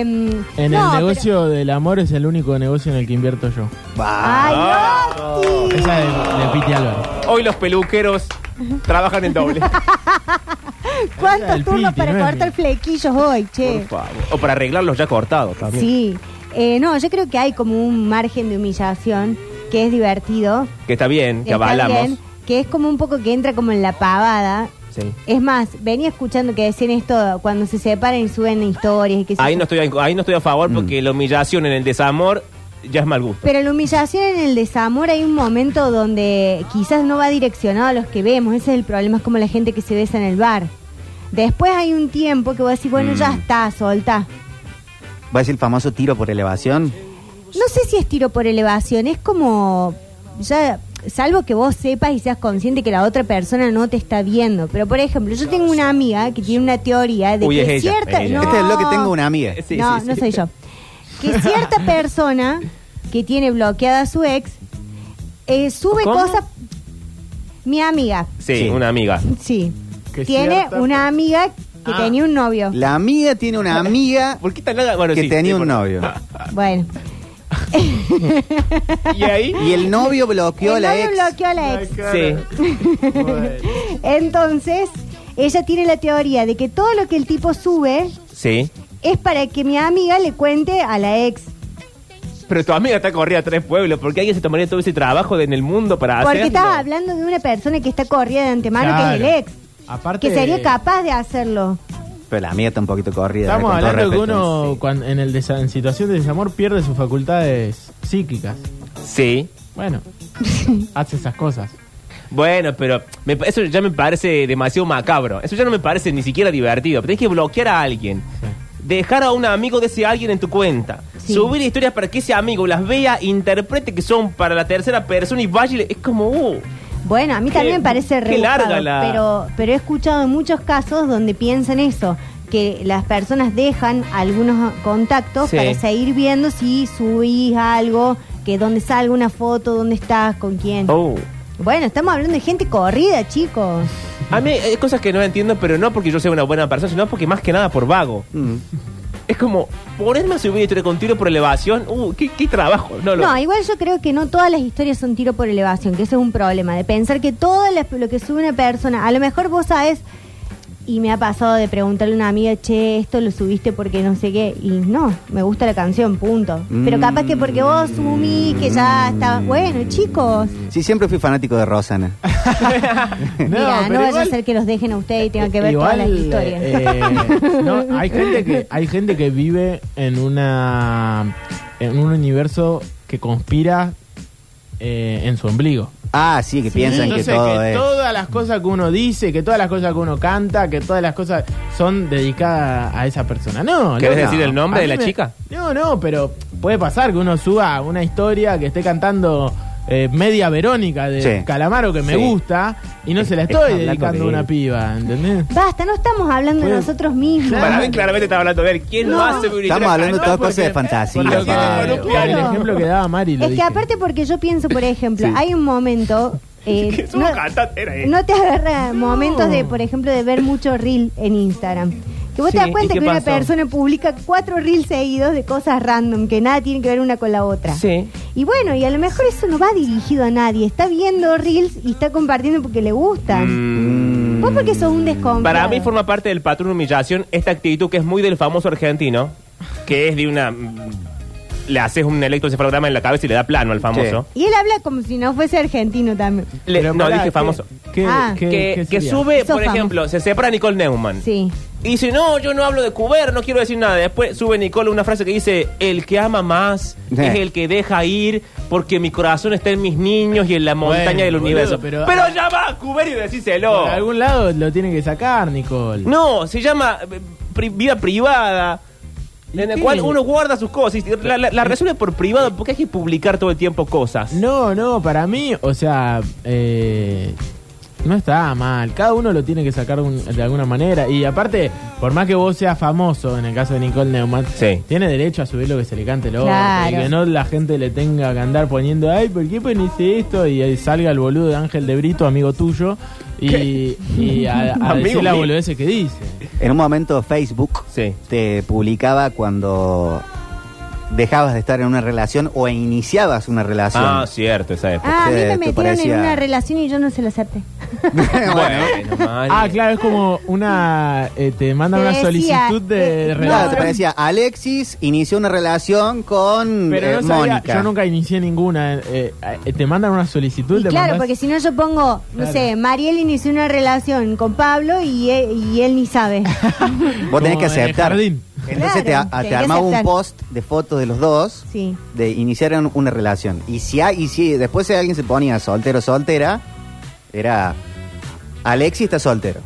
E: En
C: no,
E: el negocio del amor es el único negocio en el que invierto yo.
C: pero-
D: Bah.
A: Ah.
C: ¡Ay, Octi!
E: Esa es de Piti Álvarez.
A: Hoy los peluqueros trabajan en doble.
E: Esa del
C: ¿Cuántos turnos
E: Piti, no
C: para
E: es
C: cortar
E: mía.
C: flequillos hoy,
A: Por
C: che?
A: favor. O para arreglarlos ya cortados también.
C: Sí. Eh, no, yo creo que hay como un margen de humillación que es divertido.
A: Que está bien, que
C: está
A: avalamos.
C: bien, que es como un poco que entra como en la pavada.
A: Sí.
C: Es más, venía escuchando que decían esto cuando se separan y suben historias y que
A: Ahí no estoy, a- ahí no estoy a
D: Mm.
A: favor porque la humillación en el desamor ya es mal gusto.
C: Pero la humillación en el desamor hay un momento donde quizás no va direccionado a los que vemos. Ese es el problema, es como la gente que se besa en el bar. Después hay un tiempo que vos decís, bueno, ya
A: Mm.
C: está, solta.
D: Va a ser el famoso tiro por elevación.
C: No sé si es tiro por elevación, es como ya salvo que vos sepas y seas consciente que la otra persona no te está viendo. Pero por ejemplo, yo tengo una amiga que tiene una teoría de
A: Uy,
C: que
A: es ella,
C: cierta
A: es ella.
C: no,
D: Este es lo que tengo una amiga.
A: Sí,
C: no,
A: sí,
C: no
A: sí.
C: soy yo. Que cierta persona que tiene bloqueada a su ex eh, sube
A: ¿Cómo?
C: cosas mi amiga.
A: Sí,
D: Sí.
A: una amiga.
C: Sí.
E: Que
C: tiene
E: cierta-
C: una amiga que
E: Ah.
C: tenía un novio.
D: La amiga tiene una amiga
A: ¿Por qué tan larga? Bueno,
D: que
A: sí,
D: tenía
A: sí,
D: un
A: por- Ah,
D: novio.
E: Ah.
C: Bueno,
A: Y ahí.
D: Y el novio bloqueó a
C: el
D: la
C: novio
D: ex.
C: bloqueó a la ex.
A: Sí.
C: Entonces, ella tiene la teoría de que todo lo que el tipo sube
A: Sí.
C: es para que mi amiga le cuente a la ex.
A: Pero tu amiga está corrida a tres pueblos. ¿Por qué alguien se tomaría todo ese trabajo de- en el mundo para
C: Porque
A: hacerlo?
C: estaba hablando de una persona que está corrida de antemano, que es el
E: Claro.
C: ex.
E: Aparte,
C: Que sería capaz de hacerlo.
D: Pero la amiga está un poquito corrida.
E: Estamos
D: con todo
E: hablando que
D: respeto.
E: uno
D: Sí.
E: cuan- en, el desa- en situación de desamor pierde sus facultades psíquicas.
A: Sí.
E: Bueno, hace esas cosas.
A: Bueno, pero me pa- eso ya me parece demasiado macabro. Eso ya no me parece ni siquiera divertido. Tienes que bloquear a alguien. Dejar a un amigo de ese alguien en tu cuenta.
C: Sí.
A: Subir historias para que ese amigo las vea, interprete que son para la tercera persona y vaya. y le- Es como. uh,
C: Bueno, a mí
A: Qué-
C: también me parece
A: qué
C: rebuscado,
A: larga la-
C: pero, pero he escuchado muchos casos donde piensan eso, que las personas dejan algunos contactos
A: Sí.
C: para seguir viendo si subís algo, que donde salga una foto, dónde estás, con quién.
A: oh.
C: Bueno, estamos hablando de gente corrida, chicos.
A: A mí hay cosas que no entiendo, pero no porque yo sea una buena persona, sino porque más que nada por vago.
D: Mm.
A: Es como ponerme a subir historia con tiro por elevación. Uh, qué, qué trabajo. No, no.
C: No, igual yo creo que no todas las historias son tiro por elevación, que ese es un problema, de pensar que todo las- lo que sube una persona, a lo mejor vos sabes Y me ha pasado de preguntarle a una amiga, che, esto lo subiste porque no sé qué. Y no, me gusta la canción, punto. Pero capaz que porque vos sumí, que ya está. Bueno, chicos.
D: Sí, siempre fui fanático de Rosana.
C: mira, no
E: pero
C: vaya
E: igual-
C: a ser que los dejen a ustedes y tengan que ver
E: Igual,
C: todas las historias.
E: eh, no, hay gente que hay gente que vive en una en un universo que conspira eh, en su ombligo.
D: Ah, sí, que piensan que
E: Entonces,
D: todo es.
E: todas las cosas Mm. que uno dice, que todas las cosas que uno canta, que todas las cosas son dedicadas a esa persona. No,
A: ¿Querés
E: no, no.
A: decir el nombre
E: A
A: de
E: mí Ah.
A: la chica?
E: No, no, pero puede pasar que uno suba una historia que esté cantando eh, media Verónica de
D: Sí.
E: Calamaro que me
D: Sí.
E: gusta y no se la
D: Está
E: estoy
D: hablando
E: dedicando a
D: de-
E: una piba, ¿entendés?
C: Basta, no estamos hablando de
E: Bueno,
C: nosotros mismos.
A: Para mí claramente estaba hablando de él. ¿Quién
C: No.
A: más se publicó?
D: Estamos hablando de todas cosas de fantasía.
A: porque-
D: padre.
A: porque-
E: El
C: Claro.
E: ejemplo que daba Mari lo
C: Es que
E: dije.
C: aparte porque yo pienso, por ejemplo,
D: Sí.
C: hay un momento... eh,
A: Que es un
C: no,
A: cantante, era él.
C: no te agarra momentos de, por ejemplo, de ver mucho reel en Instagram. Que vos
A: Sí,
C: te das
A: ¿y
C: cuenta
A: qué
C: que una
A: pasó?
C: persona publica cuatro reels seguidos de cosas random, que nada tiene que ver una con la otra.
A: Sí.
C: Y bueno, y a lo mejor eso no va dirigido a nadie. Está viendo reels y está compartiendo porque le gustan.
D: Mm.
C: Vos porque sos un desconfiado.
A: Mm. Para mí forma parte del patrón de humillación esta actitud que es muy del famoso argentino, que es de una... mm, Le haces un electrocefalograma en la cabeza y le da plano al famoso.
C: Y él habla como si no fuese argentino también.
A: Le-
E: Pero
A: no,
E: pará,
A: dije
E: ¿qué-
A: famoso.
E: qué-
C: Ah.
E: qué-
A: que,
E: qué
A: que
E: sería?
A: sube,
C: Sos
A: por
C: famoso.
A: ejemplo, se separa Nicole Neumann.
C: Sí.
A: Y dice, no, yo no hablo de Cuber, no quiero decir nada. Después sube Nicole una frase que dice, el que ama más
D: Sí.
A: es el que deja ir porque mi corazón está en mis niños y en la montaña
E: Bueno,
A: del
E: boludo,
A: universo.
E: pero-
A: pero, ya va a Cuber y decíselo.
E: Por algún lado lo tiene que sacar, Nicole.
A: No, se llama eh, pri- vida privada.
E: ¿Y
A: En la
E: qué?
A: cual uno guarda sus cosas y la, la- la resuelve por privado porque hay que publicar todo el tiempo cosas.
E: No, no, para mí, o sea, eh, no está mal. Cada uno lo tiene que sacar de un- de alguna manera. Y aparte, por más que vos seas famoso, en el caso de Nicole Neumann,
A: Sí.
E: tiene derecho a subir lo que se le cante lo
C: Claro.
E: Y que no la gente le tenga que andar poniendo, ay, ¿por qué poniste esto? Y ahí salga el boludo de Ángel de Brito, amigo tuyo, y, y a, a
A: Amigo
E: decir la
A: mío.
E: boludez que dice.
D: En un momento Facebook
A: Sí.
D: te publicaba cuando dejabas de estar en una relación o iniciabas una relación.
A: Ah, cierto, esa época.
C: Ah, a mí
D: Sí,
C: me
D: te
C: metieron
D: parecía-
C: en una relación y yo no se la acepté.
D: Ah,
A: bueno, Mari.
E: Ah, claro, es como una. eh, te mandan
C: Te
E: una
C: decía,
E: solicitud de
C: eh, no,
D: Claro,
E: relación.
D: te parecía, Alexis inició una relación con eh,
E: Pero no sabía,
D: Mónica.
E: yo nunca inicié ninguna. eh, eh, te mandan una solicitud,
C: Y
E: le
C: claro,
E: mandás-
C: porque si no yo pongo, no
E: Claro.
C: sé, Mariel inició una relación con Pablo y él, y él ni sabe.
D: Vos tenés
E: Como
D: que
E: en el
D: aceptar.
E: jardín.
D: Entonces te,
C: Claro,
D: a- te
C: tenés que
D: armaba un
C: aceptar.
D: post de fotos de los dos
C: Sí.
D: de iniciar en- una relación. Y si, hay- y si después si alguien se ponía soltero o soltera, era Alexis está soltero.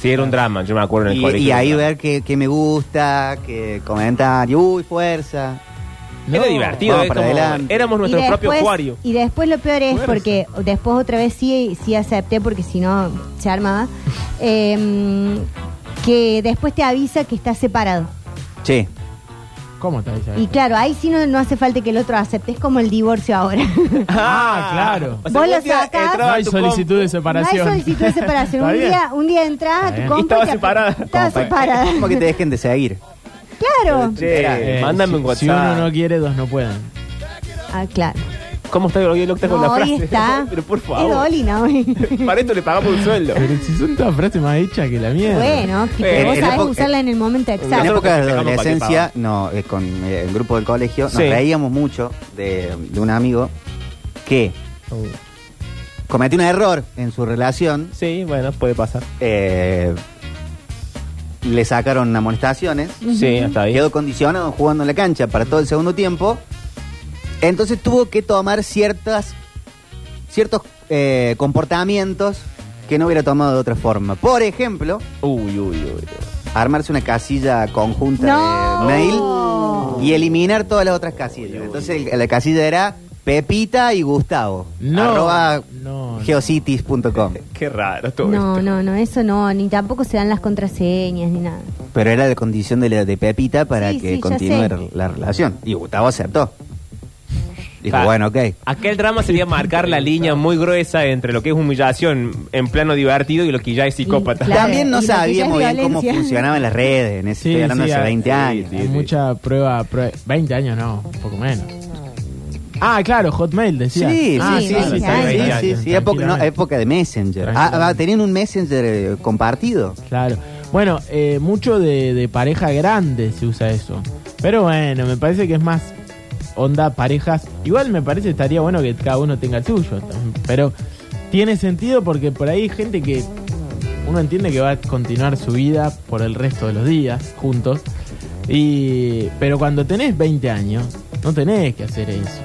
A: Sí, era un drama, yo me acuerdo en el
D: Y,
A: colegio.
D: y ahí
A: Era
D: ver que, que me gusta, que comentario, uy, fuerza.
E: No.
A: divertido,
D: Vamos
A: eh,
D: para
A: como-
D: adelante.
A: éramos nuestro propio acuario.
C: Y después lo peor es
E: Fuerza.
C: porque después otra vez sí, sí acepté porque si no se armaba. eh, que después te avisa que estás separado.
D: Sí.
E: ¿Cómo te avisa
C: Y
E: eso?
C: claro, ahí sí no, no hace falta que el otro acepte. Es como el divorcio ahora.
E: Ah, claro.
A: O sea,
C: Vos
A: un
C: lo
A: día
C: sacás.
A: entraba
E: No
A: a
E: hay
A: tu
E: solicitud de
C: No hay
E: separación.
C: solicitud de separación.
E: Está
C: un,
E: bien.
C: día, un día entras a tu
E: bien.
C: compu
A: Y estaba
C: te-
A: separada.
C: Estaba
D: Como pa-
C: separada.
D: Como que te dejen de seguir.
C: Claro.
A: compu. Che,
E: Eh,
A: mándame
E: si-
A: un WhatsApp.
E: Si uno no quiere, dos no pueden.
C: Ah, claro.
A: ¿Cómo está hoy el octa con
C: No,
A: la
C: hoy
A: frase?
C: está.
A: Pero por
C: Es
A: favor.
C: Dolina hoy.
A: Para esto le pagamos un sueldo.
E: Pero si son todas frases más hechas que la mierda.
C: Bueno, que
A: Eh,
C: vos
A: en
C: sabés
D: época-
C: usarla en el momento
D: En
A: Nosotros
C: exacto.
D: época de
A: festejamos
D: adolescencia, no, eh, con eh, el grupo del colegio, nos
A: Sí.
D: reíamos mucho de, de un amigo que cometió un error en su relación,
A: Sí, bueno, puede pasar.
D: eh, le sacaron amonestaciones,
A: Sí, hasta ahí.
D: quedó condicionado jugando en la cancha para todo el segundo tiempo, entonces tuvo que tomar ciertas ciertos eh, comportamientos que no hubiera tomado de otra forma. Por ejemplo,
A: Uy, uy, uy.
D: armarse una casilla conjunta
C: No.
D: de mail y eliminar todas las otras casillas. Entonces el- la casilla era Pepita y Gustavo.
E: No.
D: Arroba
E: No, no.
D: geocities.com.
A: Qué raro todo
C: No,
A: esto.
C: no, no, eso no, ni tampoco se dan las contraseñas ni nada.
D: Pero era la condición de, la, de Pepita para
C: Sí,
D: que
C: sí, ya
D: continúe
C: sé.
D: la, la relación. Y Gustavo aceptó. Dijo,
A: Ah.
D: bueno, ok.
A: Aquel drama sería marcar la línea muy gruesa entre lo que es humillación en plano divertido y lo que ya es psicópata.
C: Y claro.
D: También no
C: y lo que ya
D: sabíamos
C: es
D: bien cómo
C: violencia.
D: funcionaban las redes. En ese,
E: Sí,
D: estoy hablando
E: sí,
D: hace
E: ah,
D: 20
E: sí,
D: años.
E: Hay mucha prueba, prue- 20 años no, un poco menos. Ah, claro, Hotmail decía.
D: Sí,
E: Ah,
D: sí, sí,
E: claro,
D: sí,
C: claro,
D: sí,
E: claro,
D: sí, sí, época, no, eh,
E: tranquilamente.
D: época de Messenger. Ah,
E: Tranquilamente.
D: ah, tenían un Messenger eh, compartido.
E: Claro. Bueno, eh, mucho de, de pareja grande se usa eso. Pero bueno, me parece que es más onda parejas. Igual me parece estaría bueno que cada uno tenga el suyo. también, Pero tiene sentido porque por ahí hay gente que uno entiende que va a continuar su vida por el resto de los días juntos. Y pero cuando tenés 20 años, no tenés que hacer eso.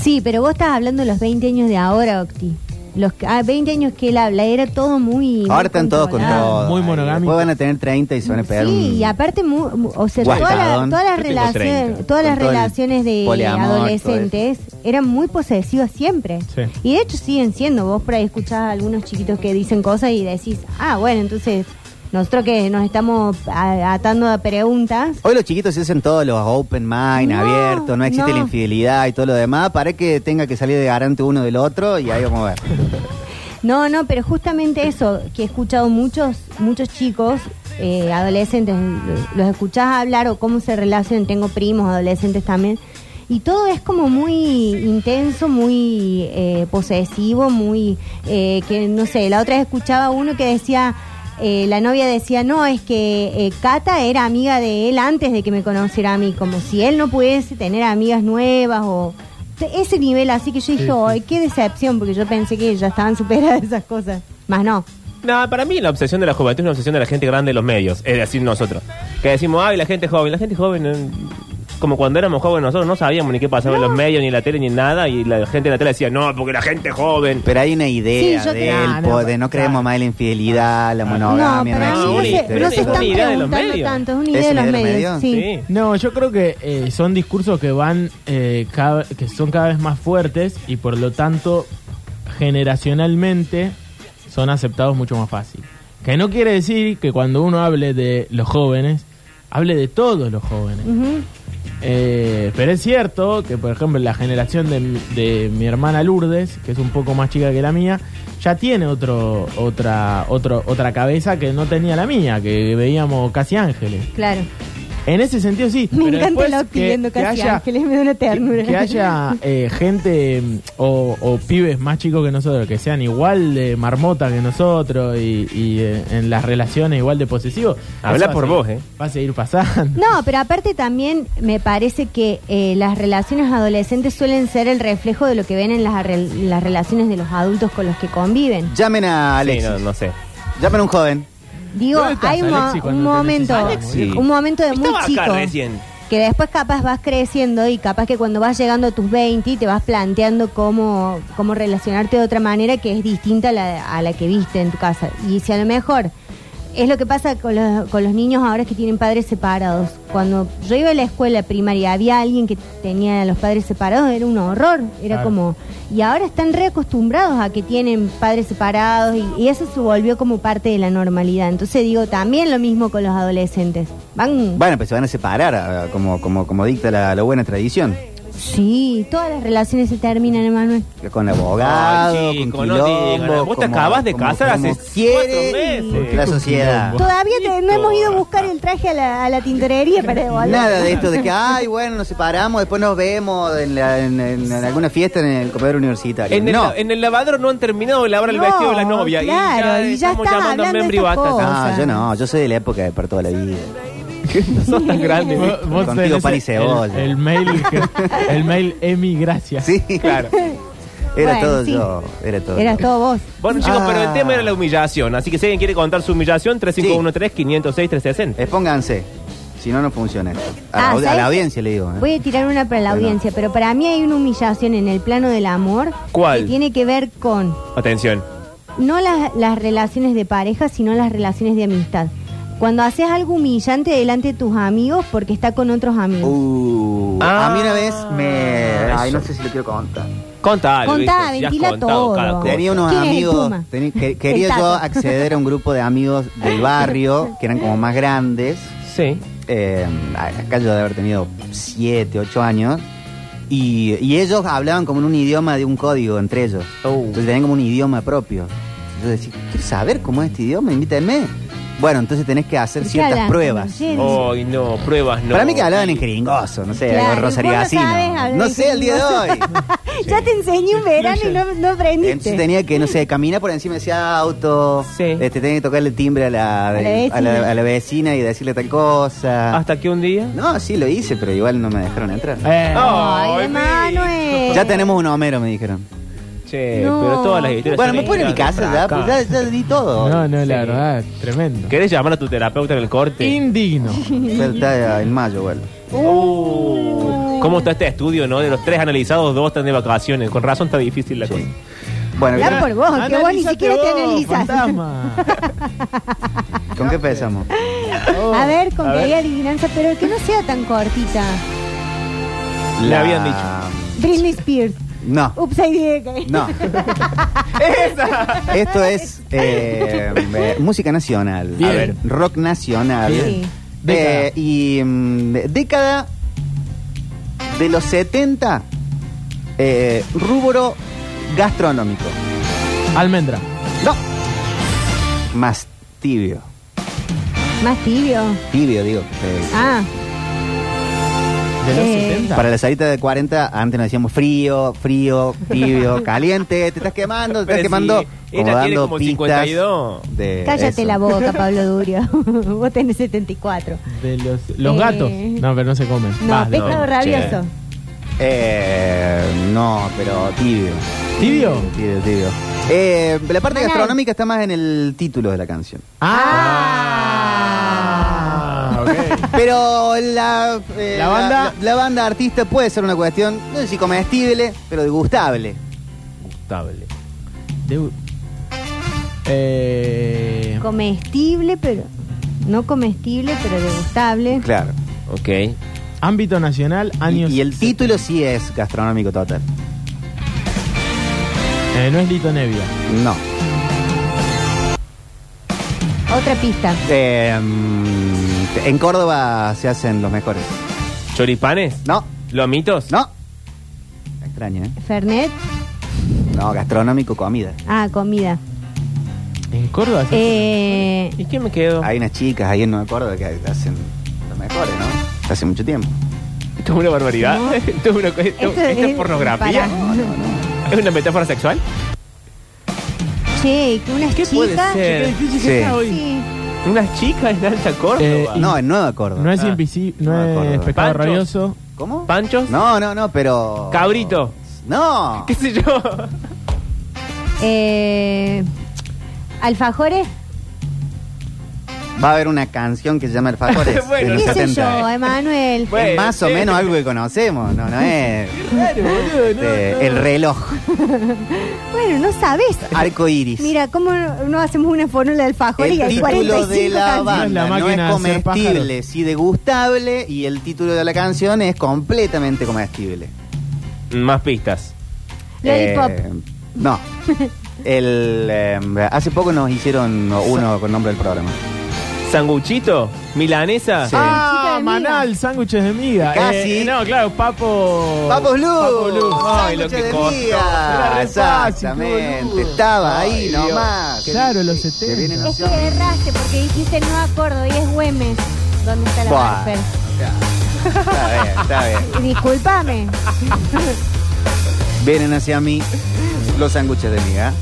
C: Sí, pero vos estás hablando de los 20 años de ahora, Octi. Los que- ah, 20 años que él habla, era todo muy... muy
D: Ahora están todos con
C: controlado.
D: todo.
E: muy
D: Ay,
E: monogámico.
D: Después van a tener 30 y se van a pegar
C: Sí,
D: un-
C: y aparte, mu- mu- o sea, todas las-
D: Guastadón.
C: todas las
A: Yo tengo 30.
C: relaciones, todas las
D: Con todo el
C: relaciones de
D: poliamor, todo
C: adolescentes eran muy posesivas siempre.
E: Sí.
C: Y de hecho siguen siendo. Vos por ahí escuchás a algunos chiquitos que dicen cosas y decís, ah, bueno, entonces nosotros que nos estamos a- atando a preguntas.
D: Hoy los chiquitos se hacen todos los open mind,
C: No,
D: abiertos, no existe
C: no.
D: la infidelidad y todo lo demás, para que tenga que salir de garante uno del otro y ahí vamos a ver.
C: No, no, pero justamente eso, que he escuchado muchos, muchos chicos, eh, adolescentes, lo- los escuchás hablar o cómo se relacionan, tengo primos adolescentes también, y todo es como muy intenso, muy eh, posesivo, muy, eh, que no sé, la otra vez escuchaba uno que decía, eh, la novia decía, no, es que eh, Cata era amiga de él antes de que me conociera a mí, como si él no pudiese tener amigas nuevas o ese nivel, así que yo dije, "Ay, qué decepción, porque yo pensé que ya estaban superadas esas cosas. Más no.
A: No, para mí la obsesión de la juventud es una obsesión de la gente grande de los medios, es decir, nosotros. Que decimos, ay, la gente joven, la gente joven, eh, como cuando éramos jóvenes nosotros no sabíamos ni qué pasaba en los medios, ni en la tele, ni en nada, y la gente de la tele decía, no, porque la gente joven.
D: Pero hay una idea
C: Sí, yo
D: de
C: creo-
D: él,
E: Ah,
D: po-
E: no,
D: de no
E: claro.
D: creemos más en la infidelidad, la
C: pues, No,
D: monogamia,
C: para
A: no
C: mí no
A: existe,
C: se,
A: pero
C: no
A: es
C: se
A: una
C: están
A: idea de los
C: preguntando
A: medios.
C: tanto, es una
D: ¿Es
C: idea de
D: una
C: los
D: idea de los
C: medios.
D: medios?
C: sí.
A: Sí.
E: No, yo creo que eh, son discursos que van eh, cada- que son cada vez más fuertes y por lo tanto generacionalmente son aceptados mucho más fácil. Que no quiere decir que cuando uno hable de los jóvenes, hable de todos los jóvenes.
C: Ujú.
E: Eh, pero es cierto que, por ejemplo, la generación de, mi- de mi hermana Lourdes, que es un poco más chica que la mía, ya tiene otro, otra, otro, otra cabeza que no tenía la mía, que veíamos casi ángeles.
C: Claro.
E: En ese sentido sí.
C: Me
E: pero
C: encanta
E: después
C: el Octi
E: que-
C: viendo
E: que
C: casi
E: haya-
C: ángeles, me da una ternura.
E: que, que haya eh, gente mm, o, o pibes más chicos que nosotros, que sean igual de marmota que nosotros y, y, eh, en las relaciones igual de posesivos.
A: Habla
E: eso va a
A: por
E: seguir-
A: vos, ¿eh?
E: Va a seguir pasando.
C: No, pero aparte también me parece que eh, las relaciones adolescentes suelen ser el reflejo de lo que ven en las, arrel- las relaciones de los adultos con los que conviven.
D: Llamen a
A: Sí,
D: Alexis,
A: no, no sé.
D: llamen a un joven.
C: Digo,
E: ¿Dónde estás,
C: hay un, mo-
E: Alexi, cuando
C: un
E: te
C: momento,
E: necesitamos,
D: viejo?
C: un momento de muy
A: Estaba
C: chico.
A: acá recién.
C: que después capaz vas creciendo y capaz que cuando vas llegando a tus 20 y te vas planteando cómo, cómo relacionarte de otra manera que es distinta a la, a la que viste en tu casa. Y si a lo mejor es lo que pasa con los, con los niños ahora que tienen padres separados. Cuando yo iba a la escuela primaria había alguien que tenía a los padres separados, era un horror, era
E: Claro.
C: como... Y ahora están reacostumbrados a que tienen padres separados y, y eso se volvió como parte de la normalidad. Entonces digo, también lo mismo con los adolescentes. Van
D: Bueno, pues se van a separar, ah, como, como, como dicta la, la buena tradición.
C: Sí, todas las relaciones se terminan, Emanuel.
D: Con abogado,
A: Ay, chico,
D: con
A: no
D: quilombo,
A: digan, vos te
D: como-
A: acabas de
D: como-
A: casar
D: como
A: hace
D: quiere
A: cuatro meses.
D: la sociedad.
E: Quilombo.
C: Todavía te- no hemos ido a buscar el traje a la, a la tintorería para devolver.
D: Nada de esto de que, ah, ay, bueno, nos separamos, después nos vemos en, la- en- en- en alguna fiesta en el comedor universitario.
A: En el,
D: no.
A: en el lavadero no han terminado de lavar el
C: No,
A: vestido de la novia.
C: claro, y ya
A: estamos
C: estás
A: llamando a
C: hablando de
A: Membri
C: estas
A: Batas.
C: cosas.
D: No,
C: sea-
D: Ah, yo no, yo soy de la época de por toda la vida.
A: No sos tan grande. ¿viste?
E: Vos- vos
D: Contigo,
E: tenés
D: pan y
E: el-
D: cebolla.
E: El, mail, que- el mail Emi, gracias.
D: Sí,
A: Claro.
D: Era
C: Bueno,
D: todo
C: sí.
D: yo, era todo.
C: Eras
D: yo.
C: todo vos.
A: Bueno, chicos,
D: Ah.
A: pero el tema era la humillación. Así que si alguien quiere contar su humillación, 3513-506-360.
D: Expónganse, si no, no funciona. A, la
C: Ah,
D: aud- a
C: ¿sabes
D: la
C: qué?
D: audiencia le digo. ¿eh?
C: Voy a tirar una para la
D: Bueno.
C: audiencia, pero para mí hay una humillación en el plano del amor.
A: ¿Cuál?
C: Que tiene que ver con
A: Atención.
C: no las, las relaciones de pareja, sino las relaciones de amistad. Cuando haces algo humillante delante de tus amigos porque está con otros amigos.
D: Uh,
A: Ah,
D: a mí una vez me... Ay,
A: eso.
D: no sé si lo quiero contar.
A: Contá, algo,
C: Contá,
A: ¿viste? Si has
C: ventila
A: contado
C: todo.
A: cada cosa.
D: Tenía unos
C: ¿Quién es el
D: amigos,
C: Puma?
D: teni- que-
C: El
D: quería
C: Tato.
D: yo acceder a un grupo de amigos del barrio, que eran como más grandes.
A: Sí.
D: eh, acá yo de haber tenido 7, 8 años, y, y ellos hablaban como en un idioma de un código entre ellos.
A: Oh.
D: Entonces tenían como un idioma propio. Yo decía, quiero saber cómo es este idioma, invítenme. Bueno, entonces tenés que hacer
C: ¿De qué
D: ciertas
C: hablan?
D: pruebas.
C: Ayer.
A: Ay, no, pruebas no.
D: Para mí que hablaban en jeringoso, no sé,
C: Claro,
D: rosarigacino.
C: vos no sabés hablar
D: No
C: en
D: sé, al día de hoy.
C: ya te enseñé un verano y no, no aprendiste.
D: Entonces tenía que, no sé, caminar por encima de ese auto.
A: Sí.
D: Este, tenía que tocarle el timbre a la,
C: A la vecina.
D: a la- a la vecina y decirle tal cosa.
A: Hasta que un día.
D: No, sí lo hice, pero igual no me dejaron entrar.
E: Eh,
A: Ay,
C: Ay, Emanuel.
D: Ya tenemos un Homero, me dijeron.
A: Che,
C: No.
A: pero todas las historias.
D: Bueno, me
A: son
D: ponen en mi
A: lindas.
D: casa ya, pues ya, ya di todo.
E: no, no, la
A: Sí.
E: verdad, tremendo.
A: ¿Querés llamar a tu terapeuta en el corte?
E: Indigno.
D: Ya está en mayo, bueno.
A: Uh, ¿Cómo está este estudio, no? De los tres analizados, dos están de vacaciones. Con razón está difícil la cosa.
D: Bueno,
C: Ya por vos, que vos ni
E: Analízate
C: siquiera te
E: vos,
C: analizás.
E: fantasma.
D: ¿con qué empezamos?
C: A ver, con
A: A
C: que
A: ver.
C: haya adivinanza, pero que no sea tan cortita.
A: Le
D: La-
A: habían dicho.
C: Britney Spears.
D: No,
C: Upside down.
D: no. Esto es eh, eh, música nacional.
E: Bien.
D: A ver, rock nacional.
C: Sí.
E: Década.
D: Eh, y mm, de- década de los 70, eh, rubro gastronómico.
E: Almendra.
D: No. Más tibio.
C: Más tibio.
D: Tibio, digo. eh,
C: Ah,
E: De los
C: Eh.
E: 70.
D: Para la salita de 40, antes nos decíamos frío, frío, tibio, caliente, te estás quemando, te
A: Pero
D: estás
A: sí,
D: quemando.
A: ella tiene como 52.
D: de
C: cállate
D: Eh, eso.
C: la boca, Pablo Durio. vos tenés 74.
E: De los, los
C: Eh.
E: gatos. No, pero no se comen.
C: No,
E: Vas,
C: pescado
A: no,
C: rabioso.
D: Eh, no, pero tibio.
E: ¿Tibio?
D: Tibio, tibio. Eh, la parte
C: Banal.
D: gastronómica está más en el título de la canción.
E: Ah, ok.
D: Pero la, eh,
E: La banda-
D: la, la banda artista puede ser una cuestión, no sé si comestible, pero degustable.
A: Gustable.
E: De- eh,
C: Comestible, pero. No comestible, pero degustable.
D: Claro.
A: Ok.
E: ámbito nacional,
D: Y,
E: años.
D: y el título sí es gastronómico total.
E: Eh, no es Lito Nevia.
D: No.
C: Otra pista.
D: Eh, mm, en Córdoba se hacen los mejores.
A: ¿Choripanes?
D: No,
A: ¿Lomitos?
D: no. Extraño, ¿eh?
C: Fernet.
D: No, gastronómico, comida.
C: Ah, comida.
E: En Córdoba. se-
C: Eh,
A: ¿Y qué me quedo?
D: Hay unas chicas ahí en Nueva Córdoba que hacen los mejores, ¿no? Hace mucho tiempo.
A: Esto es una barbaridad.
C: No.
A: Esto es una co- esto- esto
C: Esto
A: es
C: es-
A: pornografía.
C: para.
D: No, no, no.
A: ¿Es una metáfora sexual?
C: che, que unas
A: ¿Qué
C: chicas.
A: puede
E: Qué
A: ser?
E: difícil que
D: Sí.
E: está hoy.
C: Sí.
A: ¿Unas chicas en Alta Córdoba?
E: Eh,
D: No, en Nueva Córdoba.
E: No es
A: Ah.
E: invisible, no,
D: No me
E: es
D: acuerdo.
E: pescado
A: Pancho.
E: rabioso.
D: ¿Cómo?
A: ¿Panchos?
D: No, no, no, pero.
A: Cabrito.
D: No.
A: ¿Qué sé yo?
C: Eh, alfajores.
D: Va a haber una canción que se llama Alfajores.
A: Bueno,
D: de los
C: ¿Qué sé
D: 70.
C: yo, eh. Emanuel?
A: Bueno.
D: Es más o
A: sí.
D: menos algo que conocemos, ¿no? No es.
A: Eh,
D: este, El reloj.
C: Bueno, no sabes.
D: Arco iris.
C: Mira, ¿cómo no no hacemos una fórmula de alfajores y
D: El
C: hay
D: título
C: 45
D: de la
C: canciones?
D: banda
E: No es la
D: no es
E: máquina de hacer
D: comestible,
E: pájaros.
D: sí degustable, y el título de la canción es completamente comestible.
A: Más pistas.
C: Lollipop.
D: Eh, no. El, eh, hace poco nos hicieron uno con nombre del programa.
A: ¿Sanguchito? ¿Milanesa?
D: Sí.
C: Chica
E: Ah,
C: de miga.
E: Manal, sándwiches de miga.
D: Casi.
E: Eh, no, claro, Papo.
D: ¡Papo Blue!
E: Papo Blue.
A: Ay, lo que costó.
E: Era re
D: Exactamente.
E: fácil, boludo.
D: Estaba
E: Ay,
D: ahí
E: Dios.
D: nomás.
E: Claro, los
D: Te
E: 70.
D: viene la-
C: Es que erraste porque dijiste no acuerdo y es Güemes donde está la
D: Buah.
C: Marfer.
D: Está bien, está bien.
C: Y Discúlpame.
D: Vienen hacia mí los sándwiches de miga.